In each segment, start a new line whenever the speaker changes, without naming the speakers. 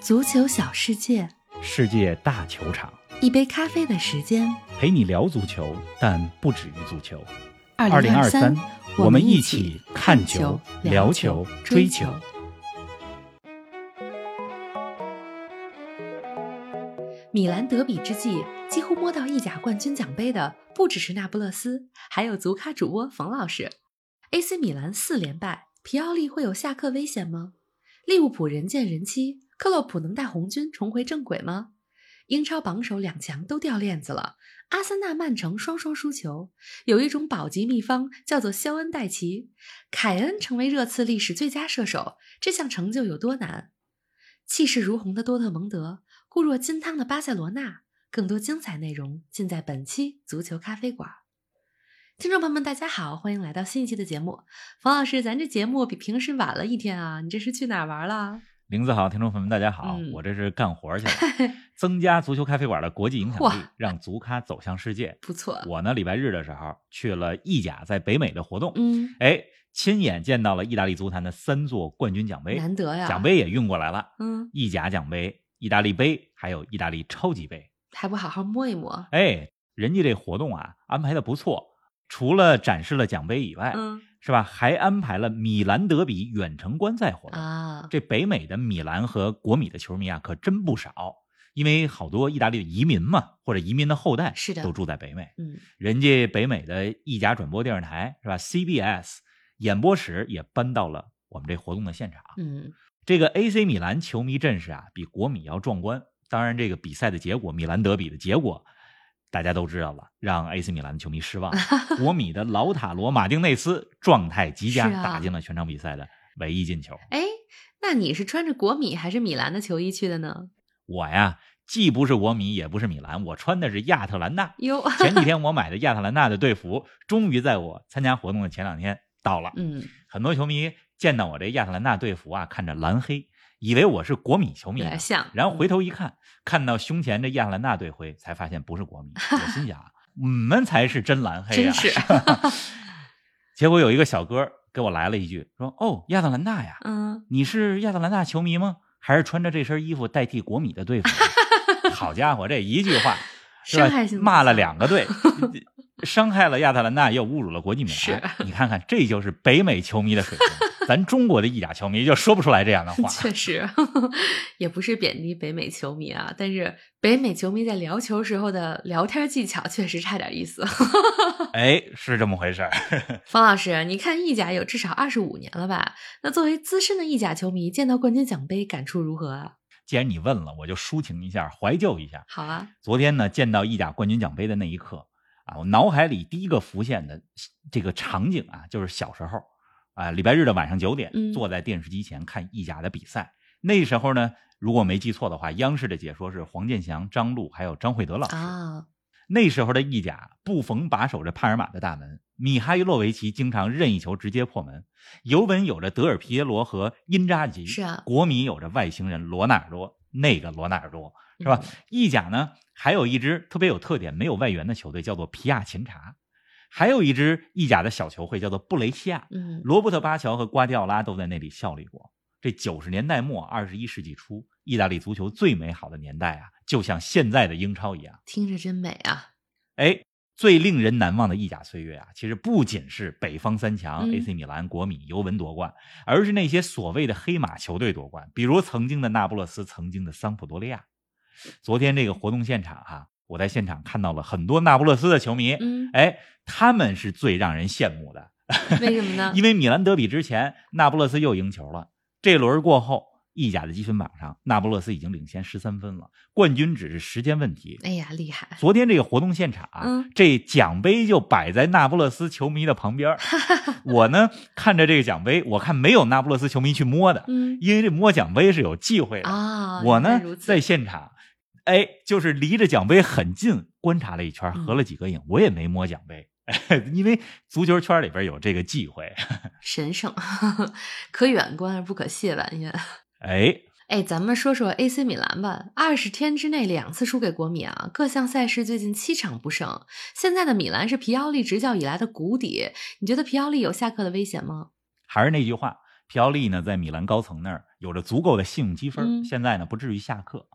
足球小世界，
世界大球场，
一杯咖啡的时间。
陪你聊足球，但不止于足球。
二零
二
三，
我们
一
一起看球、聊球、追球。
米兰德比之际，几乎摸到意甲冠军奖杯的不只是那不勒斯，还有足咖主播冯老师。AC 米兰四连败，皮奥利会有下课危险吗？利物浦人见人欺，克洛普能带红军重回正轨吗？英超榜首两强都掉链子了，阿森纳、曼城双双输球，有一种保级秘方叫做肖恩·戴奇，凯恩成为热刺历史最佳射手，这项成就有多难？气势如虹的多特蒙德，固若金汤的巴塞罗那，更多精彩内容尽在本期足球咖啡馆。听众朋友们，大家好，欢迎来到新一期的节目。冯老师，咱这节目比平时晚了一天啊，你这是去哪儿玩了？
林子好，听众朋友们，大家好，
嗯
我这是干活去 了，增加足球咖啡馆的国际影响力
哇，呃
让足咖走向世界。
不错，
我呢，礼拜日的时候去了意甲在北美的活动，
嗯，
哎，亲眼见到了意大利足坛的三座冠军奖杯，
难得啊呀，
奖，杯也运过来了，
嗯，
意甲奖杯、意大利杯，还有意大利超级杯。
还不好好摸一摸，
哎，人家这活动啊安排的不错，除了展示了奖杯以外，
嗯
是吧？还安排了米兰德比远程观赛活动。
啊，
这北美的米兰和国米的球迷啊，可真不少，因为好多意大利的移民嘛，或者移民的后代，
是的
都住在北美。
嗯，
人家北美的意甲转播电视台是吧？CBS 演播室也搬到了我们这活动的现场。
嗯，
这个 AC 米兰球迷阵势啊，比国米要壮观。当然，这个比赛的结果，米兰德比的结果，大家都知道了，让 AC 米兰球 迷失望了。国米的老塔罗马丁内斯状态极佳，
是啊
打进了全场比赛的唯一进球。
哎，那你是穿着国米还是米兰的球衣去的呢？
我呀，既不是国米，也不是米兰，我穿的是亚特 兰大。
哟，
前几天我买的亚特兰大的队服，终于在我参加活动的前两天到了。
嗯，
很多球迷见到我这亚特兰大队服啊，看着蓝黑，以为我是国米球迷
有
呢，
点像。
然后回头一看，看到胸前这亚特兰大队徽，才发现不是国 米。我心想，我们才是真蓝黑呀、啊
真是
结果有一个小哥给我来了一句，说：“哦，亚特兰大呀，
嗯，
你是亚特兰大球迷吗？还是穿着这身衣服代替国米的队服啊？” 好家伙，这一句 话是吧
伤害性？
骂了两个队， 伤害了亚特兰大，又侮辱了国际米
是。
兰。你看看，这就是北美球迷的水平，咱中国的意甲球迷就说不出来这样的 话
确实，也不是贬低北美球迷啊，但是北美球迷在聊球时候的聊天技巧确实差点意思。
哎，是这么回事儿。
方老师，你看意甲有至少二十五年了吧？那作为资深的意甲球迷，见到冠军奖杯感触如何啊？
既然你问了，我就抒情一下，怀旧一下。
好啊，
昨天呢，见到意甲冠军奖杯的那一刻啊，我脑海里第一个浮现的这个场景啊，就是小时候啊，礼拜日的晚上九点
嗯，
坐在电视机前看意甲的比赛。那时候呢，如果没记错的话，央视的解说是黄健翔、张璐还有张惠德老师。
啊，
那时候的意甲不逢把守着帕尔马的大门，米哈伊洛维奇经常任意球直接破门，尤文有着德尔皮耶罗和因扎吉，
是啊
国米有着外星人罗纳尔多，那个罗纳尔多是吧？
嗯
意甲呢还有一支特别有特点没有外援的球队叫做皮亚琴察，还有一支意甲的小球会叫做布雷西亚，
嗯，
罗伯特巴乔和瓜迪奥拉都在那里效力过。这九十年代末二十一世纪初，意大利足球最美好的年代啊，就像现在的英超一样。
听着真美啊。
哎，最令人难忘的意甲岁月啊，其实不仅是北方三强、
嗯
AC 米兰、国米、尤文夺冠，而是那些所谓的黑马球队夺冠，比如曾经的那不勒斯、曾经的桑普多利亚。昨天这个活动现场哈、我在现场看到了很多那不勒斯的球迷，
嗯，
哎，他们是最让人羡慕的，
为什么呢？
因为米兰德比之前，那不勒斯又赢球了。这轮过后，意甲的积分榜上，那不勒斯已经领先十三分了，冠军只是时间问题。
哎呀，厉害！
昨天这个活动现场啊、
嗯
这奖杯就摆在那不勒斯球迷的旁 边儿。我呢看着这个奖杯，我看没有那不勒斯球迷去摸的，
嗯
因为这摸奖杯是有忌讳的。
啊，
我
原来
呢
如此
在现场，哎，就是离着奖杯很近，观察了一圈，
嗯
合了几个影，我也没摸奖杯。 因为足球圈里边有这个忌讳，
神圣， 可远观而不可亵玩焉。
哎，
哎，咱们说说 AC 米兰吧，二十天之内两次输给国米啊，各项赛事最近七场不胜。现在的米兰是皮奥利执教以来的谷底，你觉得皮奥利有下课的危险吗？
还是那句话，皮奥利呢在米兰高层那儿有着足够的信用积分，
嗯
现在呢不至于下课。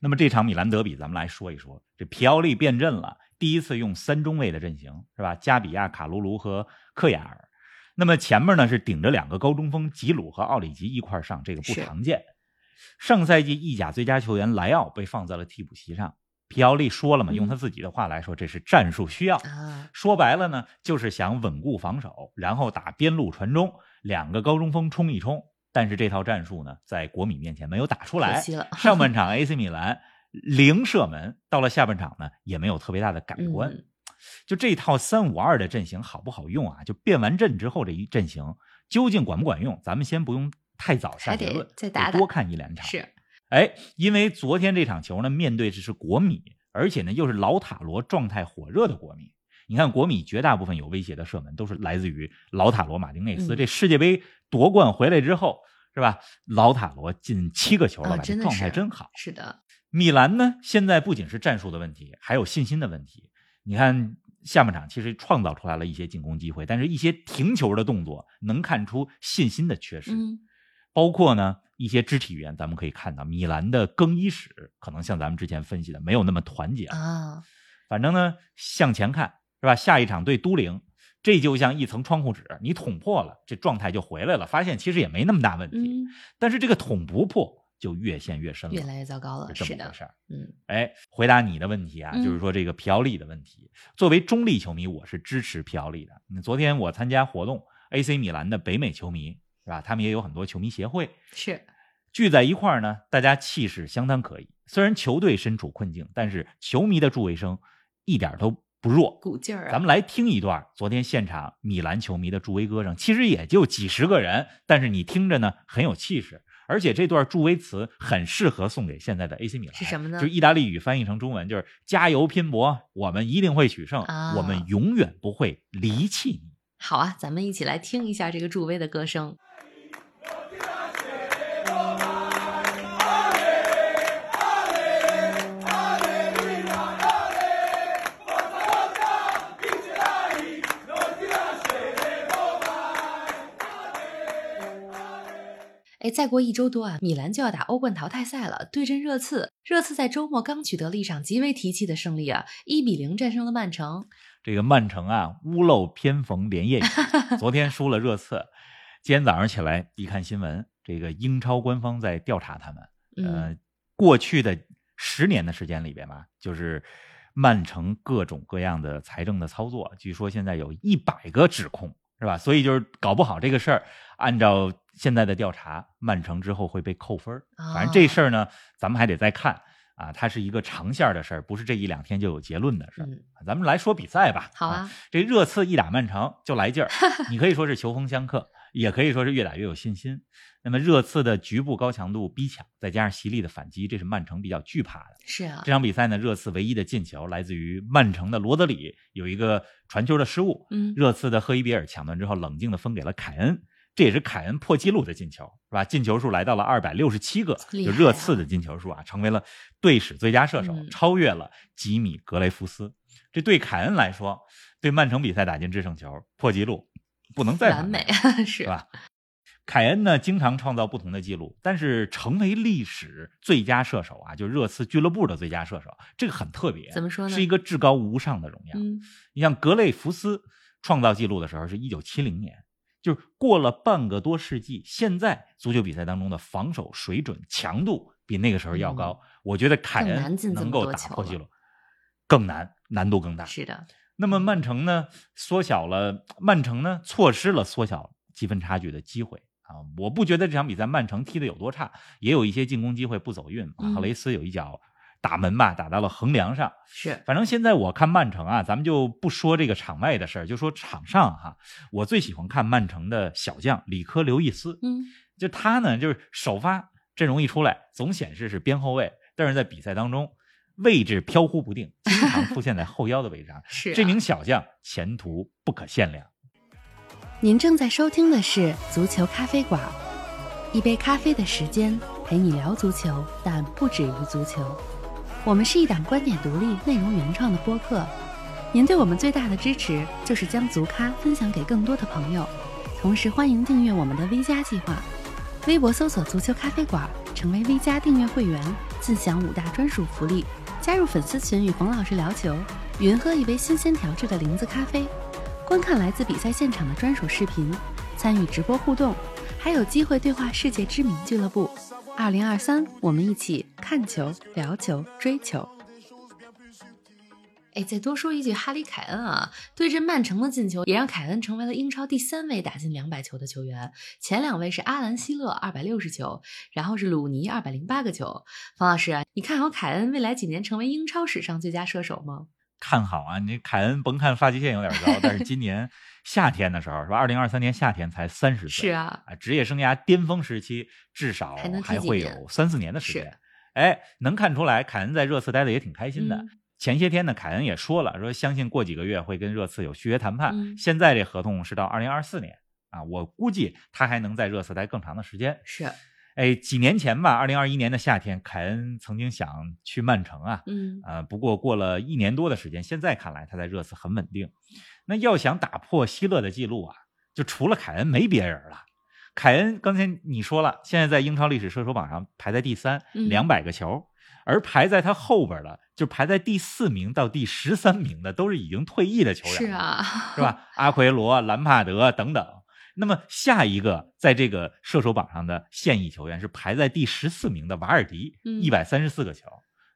那么这场米兰德比，咱们来说一说，这皮奥利变阵了，第一次用三中卫的阵型是吧？加比亚、卡卢卢和克亚尔。那么前面呢是顶着两个高中锋吉鲁和奥里吉一块儿上，这个不
是
常见。上赛季意甲最佳球员莱奥被放在了替补席上，皮奥利说了嘛，
嗯
用他自己的话来说，这是战术需要。
啊，
说白了呢，就是想稳固防守，然后打边路传中，两个高中锋冲一冲。但是这套战术呢，在国米面前没有打出
可
来。
惜了，
上半场 AC 米兰零射门，到了下半场呢，也没有特别大的改观。
嗯
就这套三五二的阵型好不好用啊？就变完阵之后这一阵型究竟管不管用，咱们先不用太早下
还
结
得
论，
再打打
多看一两场。
是
哎，因为昨天这场球呢，面对的是国米，而且呢又是老塔罗状态火热的国米。你看，国米绝大部分有威胁的射门都是来自于老塔罗马丁内斯。
嗯
这世界杯夺冠回来之后，是吧？老塔罗进七个球了
哦
吧，这
真的
状态
是
真好。
是的，
米兰呢，现在不仅是战术的问题，还有信心的问题。你看下半场其实创造出来了一些进攻机会，但是一些停球的动作能看出信心的缺失。
嗯，
包括呢一些肢体语言，咱们可以看到米兰的更衣室可能像咱们之前分析的没有那么团结。
啊，
反正呢，向前看是吧？下一场对都灵，这就像一层窗户纸，你捅破了，这状态就回来了。发现其实也没那么大问题，
嗯，
但是这个捅不破就越陷越深了，
越来越糟糕了，
就这
是
么回
的，
事儿。
嗯
哎，回答你的问题啊，
嗯
就是说这个皮奥利的问题。作为中立球迷，我是支持皮奥利的。那昨天我参加活动，AC 米兰的北美球迷是吧？他们也有很多球迷协会，
是
聚在一块儿呢，大家气势相当可以。虽然球队身处困境，但是球迷的助威声一点都不弱。
鼓劲儿啊，
咱们来听一段昨天现场米兰球迷的助威歌声，其实也就几十个人，但是你听着呢很有气势。而且这段助威词很适合送给现在的 AC 米兰，
是什么呢
就意大利语翻译成中文就是“加油拼搏，我们一定会取胜，
啊
我们永远不会离弃你”。
好啊，咱们一起来听一下这个助威的歌声。哎，再过一周多啊，米兰就要打欧冠淘汰赛了，对阵热刺。热刺在周末刚取得了一场极为提气的胜利啊，一比零战胜了曼城。
这个曼城啊，屋漏偏逢 连夜雨，昨天输了热刺，今天早上起来一看新闻，这个英超官方在调查他们。
嗯，
呃，过去的十年的时间里边吧，就是曼城各种各样的财政的操作，据说现在有一百个指控，是吧？所以就是搞不好这个事儿，按照现在的调查，曼城之后会被扣分儿。反正这
哦
事儿呢，咱们还得再看啊，它是一个长线儿的事儿，不是这一两天就有结论的事儿。
嗯，
咱们来说比赛吧。
好啊，
这热刺一打曼城就来劲儿， 你可以说是球风相克，也可以说是越打越有信心。那么热刺的局部高强度逼抢，再加上犀利的反击，这是曼城比较惧怕的。
是啊，
这场比赛呢，热刺唯一的进球来自于曼城的罗德里有一个传球的失误，
嗯，
热刺的赫伊比尔抢断之后，冷静的分给了凯恩，这也是凯恩破纪录的进球，是吧？进球数来到了二百六十七个，
厉
就
害啊
热刺的进球数啊，成为了队史最佳射手，
嗯
超越了吉米格雷夫斯。这对凯恩来说，对曼城比赛打进制胜球破纪录，不能再
完美 是
是吧？凯恩呢，经常创造不同的记录，但是成为历史最佳射手啊，就是热刺俱乐部的最佳射手，这个很特别。
怎么说呢
是一个至高无上的荣耀。
嗯，
你像格雷福斯创造记录的时候是一九七零年，就是过了半个多世纪，现在足球比赛当中的防守水准强度比那个时候要高。我觉得凯
嗯更难
恩
进这
能
么
够
多
打
球
破
了
记录，更难，难度更大。
是的，
那么曼城呢，缩小了曼城呢，错失了缩小积分差距的机会啊！我不觉得这场比赛曼城踢得有多差，也有一些进攻机会不走运。马
嗯
赫雷斯有一脚打门吧，打到了横梁上。
是
反正现在我看曼城啊，咱们就不说这个场外的事儿，就说场上哈、我最喜欢看曼城的小将里科刘易斯，
嗯，
就他呢，就是首发阵容一出来，总显示是边后卫，但是在比赛当中位置飘忽不定，经常出现在后腰的位置 上。
是、啊、
这名小将前途不可限量。
您正在收听的是《足球咖啡馆》，一杯咖啡的时间陪你聊足球，但不止于足球。我们是一档观点独立、内容原创的播客。您对我们最大的支持就是将足咖分享给更多的朋友，同时欢迎订阅我们的 V 加计划，微博搜索“足球咖啡馆”，成为 V 加订阅会员，尽享五大专属福利：加入粉丝群与冯老师聊球，云喝一杯新鲜调制的零子咖啡，观看来自比赛现场的专属视频，参与直播互动，还有机会对话世界知名俱乐部。二零二三，我们一起看球、聊球、追球。哎，再多说一句，哈里凯恩啊，对阵曼城的进球也让凯恩成为了英超第三位打进两百球的球员，前两位是阿兰·希勒二百六十球，然后是鲁尼二百零八个球。方老师啊，你看好凯恩未来几年成为英超史上最佳射手吗？
看好啊！你凯恩甭看发际线有点高，但是今年夏天的时候是吧？二零二三年夏天才三十岁，
是啊，
啊，职业生涯巅峰时期至少
还能踢
还
几
会
年
有三四年的
是
时间。哎，能看出来凯恩在热刺待的也挺开心的。
嗯
前些天呢，凯恩也说了，说相信过几个月会跟热刺有续约谈判。
嗯
现在这合同是到二零二四年啊，我估计他还能在热刺待更长的时间。
是，
哎，几年前吧，二零二一年的夏天，凯恩曾经想去曼城啊，
嗯
啊，不过过了一年多的时间，现在看来他在热刺很稳定。那要想打破希勒的记录啊，就除了凯恩没别人了。凯恩刚才你说了，现在在英超历史射手榜上排在第三，
嗯
两百个球，而排在他后边的，就排在第四名到第十三名的，都是已经退役的球员，
是，啊，
是吧？阿奎罗、兰帕德等等。那么下一个在这个射手榜上的现役球员是排在第十四名的瓦尔迪，
嗯
一百三十四个球。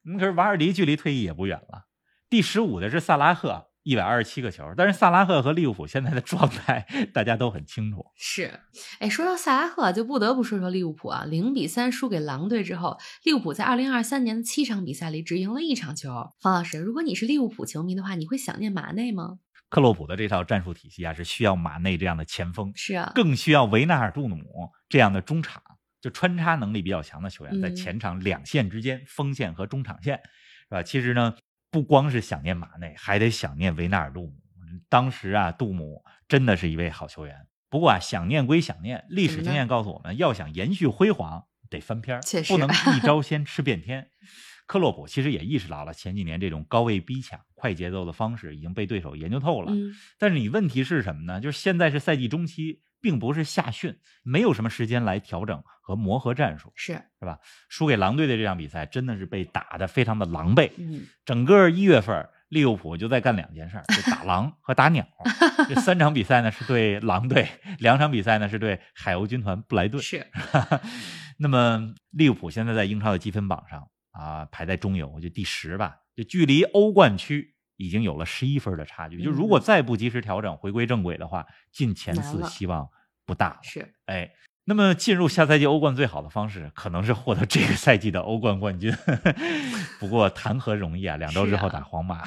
嗯，可是瓦尔迪距离退役也不远了。第十五的是萨拉赫，一百二十七个球。但是萨拉赫和利物浦现在的状态 大家都很清楚。
是，哎，说到萨拉赫啊，就不得不说说利物浦啊。零比三输给狼队之后，利物浦在二零二三年的七场比赛里只赢了一场球。方老师，如果你是利物浦球迷的话，你会想念马内吗？
克洛普的这套战术体系啊，是需要马内这样的前锋，
是啊，
更需要维纳尔杜姆这样的中场，就穿插能力比较强的球员，在
嗯
前场两线之间，锋线和中场线，是吧？其实呢，不光是想念马内，还得想念维纳尔杜姆。当时啊，杜姆真的是一位好球员。不过啊，想念归想念，历
怎
史
么
经
呢
验告诉我们，要想延续辉煌，得翻篇儿
确，实
不能一招先吃遍天。克洛普其实也意识到了，前几年这种高位逼抢、快节奏的方式已经被对手研究透了。
嗯，
但是你问题是什么呢？就是现在是赛季中期，并不是夏训，没有什么时间来调整和磨合战术。
是，
输给狼队的这场比赛真的是被打得非常的狼狈。
嗯，
整个一月份，利物浦就在干两件事儿，就打狼和打鸟。这三场比赛呢是对狼队，两场比赛呢是对海鸥军团布莱顿。
是，
那么利物浦现在在英超的积分榜上啊，排在中游，我觉得第十吧，就距离欧冠区已经有了十一分的差距。就如果再不及时调整，回归正轨的话，进前
难
四
嗯了
希望不大了。
是，
哎，那么进入下赛季欧冠最好的方式，可能是获得这个赛季的欧冠冠军。 不过谈何容易啊！两周
是
之后
啊
打皇马，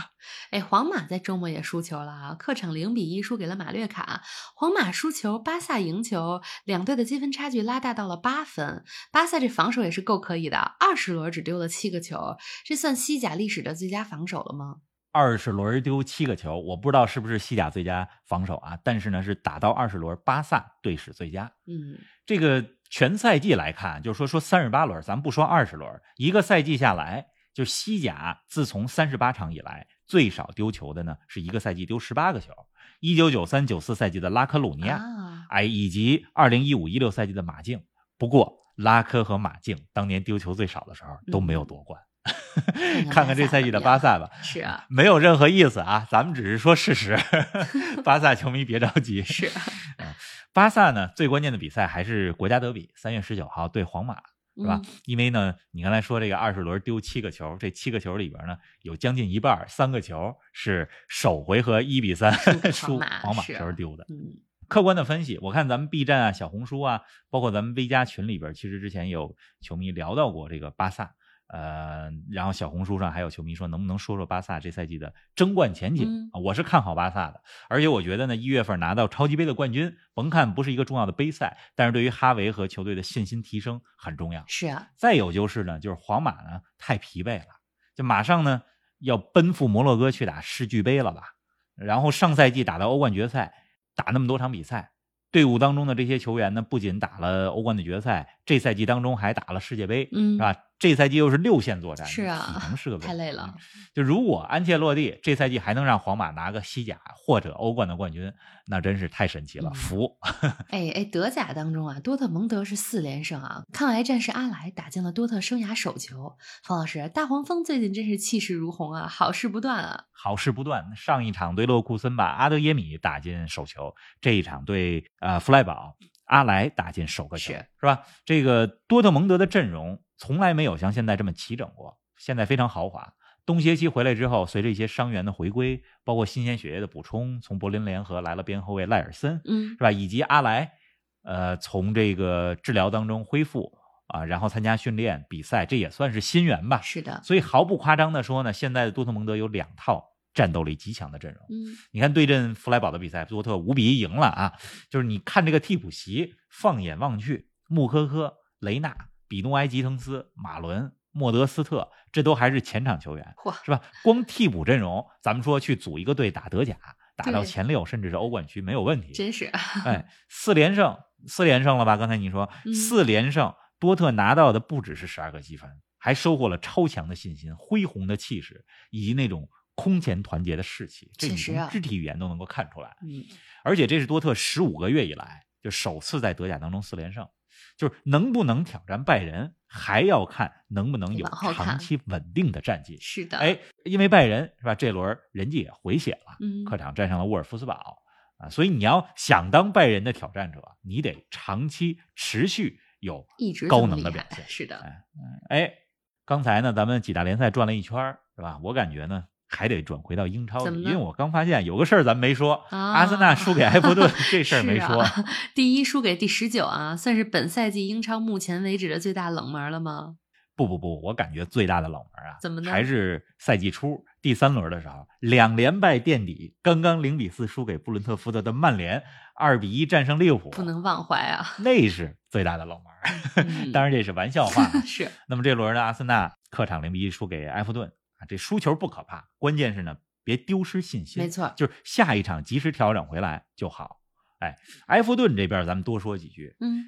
哎，皇马在周末也输球了啊，客场零比一输给了马略卡。皇马输球，巴萨赢球，两队的积分差距拉大到了八分。巴萨这防守也是够可以的，二十轮只丢了七个球，这算西甲历史的最佳防守了吗？
二十轮丢七个球，我不知道是不是西甲最佳防守啊，但是呢是打到二十轮，巴萨队史最佳。
嗯，
这个全赛季来看，就是说说三十八轮，咱不说二十轮，一个赛季下来，就西甲自从三十八场以来，最少丢球的呢是一个赛季丢十八个球。一九九三九四赛季的拉科鲁尼亚，
啊，
哎，以及二零一五一六赛季的马竞。不过拉科和马竞当年丢球最少的时候都没有夺冠。 看看这赛季的巴萨吧，
是啊，
没有任何意思啊，咱们只是说事实。巴萨球迷别着急，
是，啊
巴萨呢，最关键的比赛还是国家德比，三月十九号对皇马， 是吧？
嗯？
因为呢，你刚才说这个二十轮丢七个球，这七个球里边呢，有将近一半儿三个球是首回合一比三
给
输
皇马
皇马
是
球丢的。
嗯，
客观的分析，我看咱们 B 站啊、小红书啊，包括咱们 V 加群里边，其实之前有球迷聊到过这个巴萨。呃，然后小红书上还有球迷说，能不能说说巴萨这赛季的争冠前景？
嗯
啊我是看好巴萨的，而且我觉得呢，一月份拿到超级杯的冠军，甭看不是一个重要的杯赛，但是对于哈维和球队的信心提升很重要。
是啊，
再有就是呢，就是皇马呢太疲惫了，就马上呢要奔赴摩洛哥去打世俱杯了吧？然后上赛季打到欧冠决赛，打那么多场比赛，队伍当中的这些球员呢，不仅打了欧冠的决赛，这赛季当中还打了世界杯，
嗯
是吧？这赛季又是六线作战，
是啊
体能是个问题
太累了。
嗯就如果安切洛蒂这赛季还能让皇马拿个西甲或者欧冠的冠军，那真是太神奇了，
嗯
服！
哎哎，德甲当中啊，多特蒙德是四连胜啊！抗癌战士阿莱打进了多特生涯首球。方老师，大黄蜂最近真是气势如虹啊，好事不断啊！
好事不断。上一场对勒库森把阿德耶米打进首球，这一场对呃弗赖堡阿莱打进首个球，
是
是吧？这个多特蒙德的阵容从来没有像现在这么齐整过，现在非常豪华。东歇期回来之后，随着一些伤员的回归，包括新鲜血液的补充，从柏林联合来了边后卫赖尔森，
嗯
是，吧？以及阿莱，呃，从这个治疗当中恢复啊，然后参加训练比赛，这也算是新援吧。
是的，
所以毫不夸张的说呢，现在的多特蒙德有两套战斗力极强的阵容。
嗯，
你看对阵弗莱堡的比赛，多特五比一赢了啊！就是你看这个替补席，放眼望去，穆科科、雷纳、比诺埃吉滕斯、马伦、莫德斯特，这都还是前场球员，
嚯，
是吧？光替补阵容，咱们说去组一个队打德甲，打到
对
前六甚至是欧冠区没有问题。
真是，啊
哎，四连胜，四连胜了吧？刚才你说、
嗯
四连胜，多特拿到的不只是十二个积分，还收获了超强的信心、恢宏的气势以及那种空前团结的士气，这
确
你
实
从
啊
肢体语言都能够看出来。
嗯，
而且这是多特十五个月以来就首次在德甲当中四连胜，就是能不能挑战拜仁，还要看能不能有
往后看
长期稳定的战绩。
是的，，
哎，因为拜仁是吧？这轮儿人家也回血了，
嗯，
客场战胜了沃尔夫斯堡啊，所以你要想当拜仁的挑战者，你得长期持续有
一直
高
这么
能的
厉
表
害
现。
是的，
哎，刚才呢，咱们几大联赛转了一圈儿，是吧？我感觉呢。还得转回到英超
怎
里，
么
因
呢
为我刚发现有个事儿咱没说，
啊
阿森纳输给埃弗顿 这事儿没
是啊
说。
第一输给第十九啊，算是本赛季英超目前为止的最大冷门了吗？
不不不，我感觉最大的冷门啊，
怎么呢
还是赛季初第三轮的时候，两连败垫底，刚刚零比四输给布伦特福德的曼联，二比一战胜利物浦，
不能忘怀啊！
那是最大的冷门。
嗯、
当然这是玩笑话啊。
是，
那么这轮呢，阿森纳客场零比一输给埃弗顿啊，这输球不可怕，关键是呢，别丢失信心。
没错
就是下一场及时调整回来就好。哎，埃弗顿这边咱们多说几句。
嗯，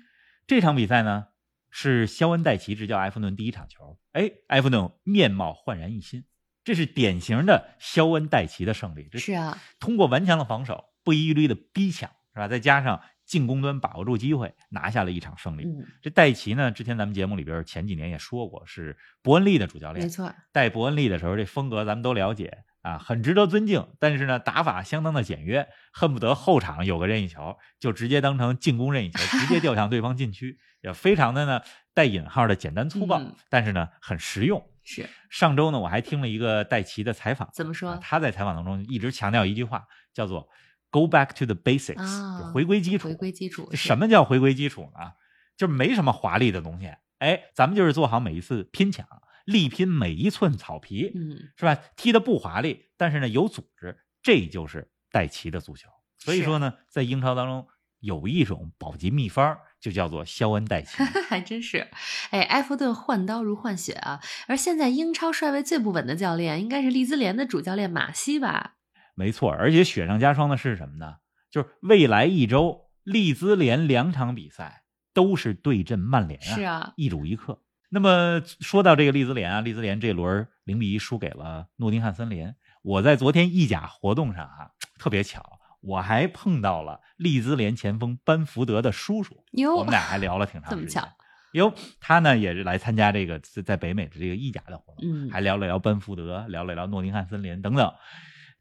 这场比赛呢，是肖恩戴奇执教埃弗顿第一场球，哎，埃弗顿面貌焕然一新，这是典型的肖恩戴奇的胜利。这
是啊，
通过顽强的防守，不遗余力的逼抢，是吧？再加上进攻端把握住机会，拿下了一场胜利。
嗯，
这戴奇呢，之前咱们节目里边前几年也说过，是伯恩利的主教
没
练。
错，
带伯恩利的时候，这风格咱们都了解啊，很值得尊敬。但是呢，打法相当的简约，恨不得后场有个任意球就直接当成进攻任意球，直接吊向对方禁区，也非常的呢带引号的简单粗暴，
嗯
但是呢很实用。
是
上周呢，我还听了一个戴奇的采访，
怎么
啊
说？
他在采访当中一直强调一句话，叫做 “Go back to the basics”，、
啊
就回归基础，
回归基础
这
是
什么叫回归基础呢？就是没什么华丽的东西，哎，咱们就是做好每一次拼抢，力拼每一寸草皮，
嗯，
是吧？踢的不华丽，但是呢有组织，这就是戴奇的足球。所以
是
说呢，在英超当中有一种保级秘方，就叫做肖恩戴 奇。
还真是。哎，埃弗顿换刀如换血啊！而现在英超帅位最不稳的教练，应该是利兹联的主教练马西吧？
没错，而且雪上加霜的是什么呢？就是未来一周利兹联两场比赛都是对阵曼联啊，
是啊，
一主一客。那么说到这个利兹联啊，利兹联这轮零比一输给了诺丁汉森林。我在昨天意甲活动上啊，特别巧，我还碰到了利兹联前锋班福德的叔叔，我
哟
们，俩啊还聊了挺 长
这
时
么
间。
巧
哟，他呢也是来参加这个在在北美的这个意甲的活动。
嗯，
还聊了聊班福德，聊了聊诺丁汉森林等等，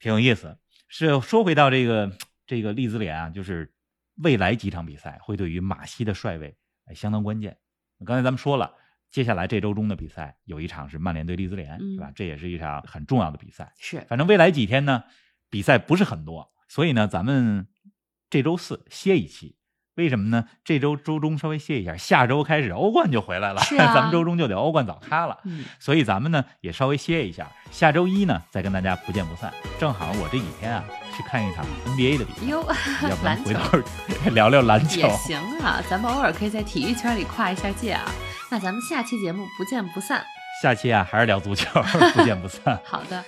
挺有意思。是说回到这个这个利兹联啊，就是未来几场比赛会对于马西的帅位、哎、相当关键。刚才咱们说了，接下来这周中的比赛有一场是曼联对利兹联，
嗯
是吧？这也是一场很重要的比赛。
是
反正未来几天呢，比赛不是很多，所以呢，咱们这周四歇一期。为什么呢？这周周中稍微歇一下，下周开始欧冠就回来了，
是啊
咱们周中就得欧冠早咖了。
嗯，
所以咱们呢也稍微歇一下，下周一呢再跟大家不见不散。正好我这几天啊去看一场 NBA 的比 赛，
哟，
要不然
篮
回
球
头 聊聊篮球
也。行啊，咱们偶尔可以在体育圈里跨一下界啊。那咱们下期节目不见不散。
下期啊还是聊足球，不见不散。
好的。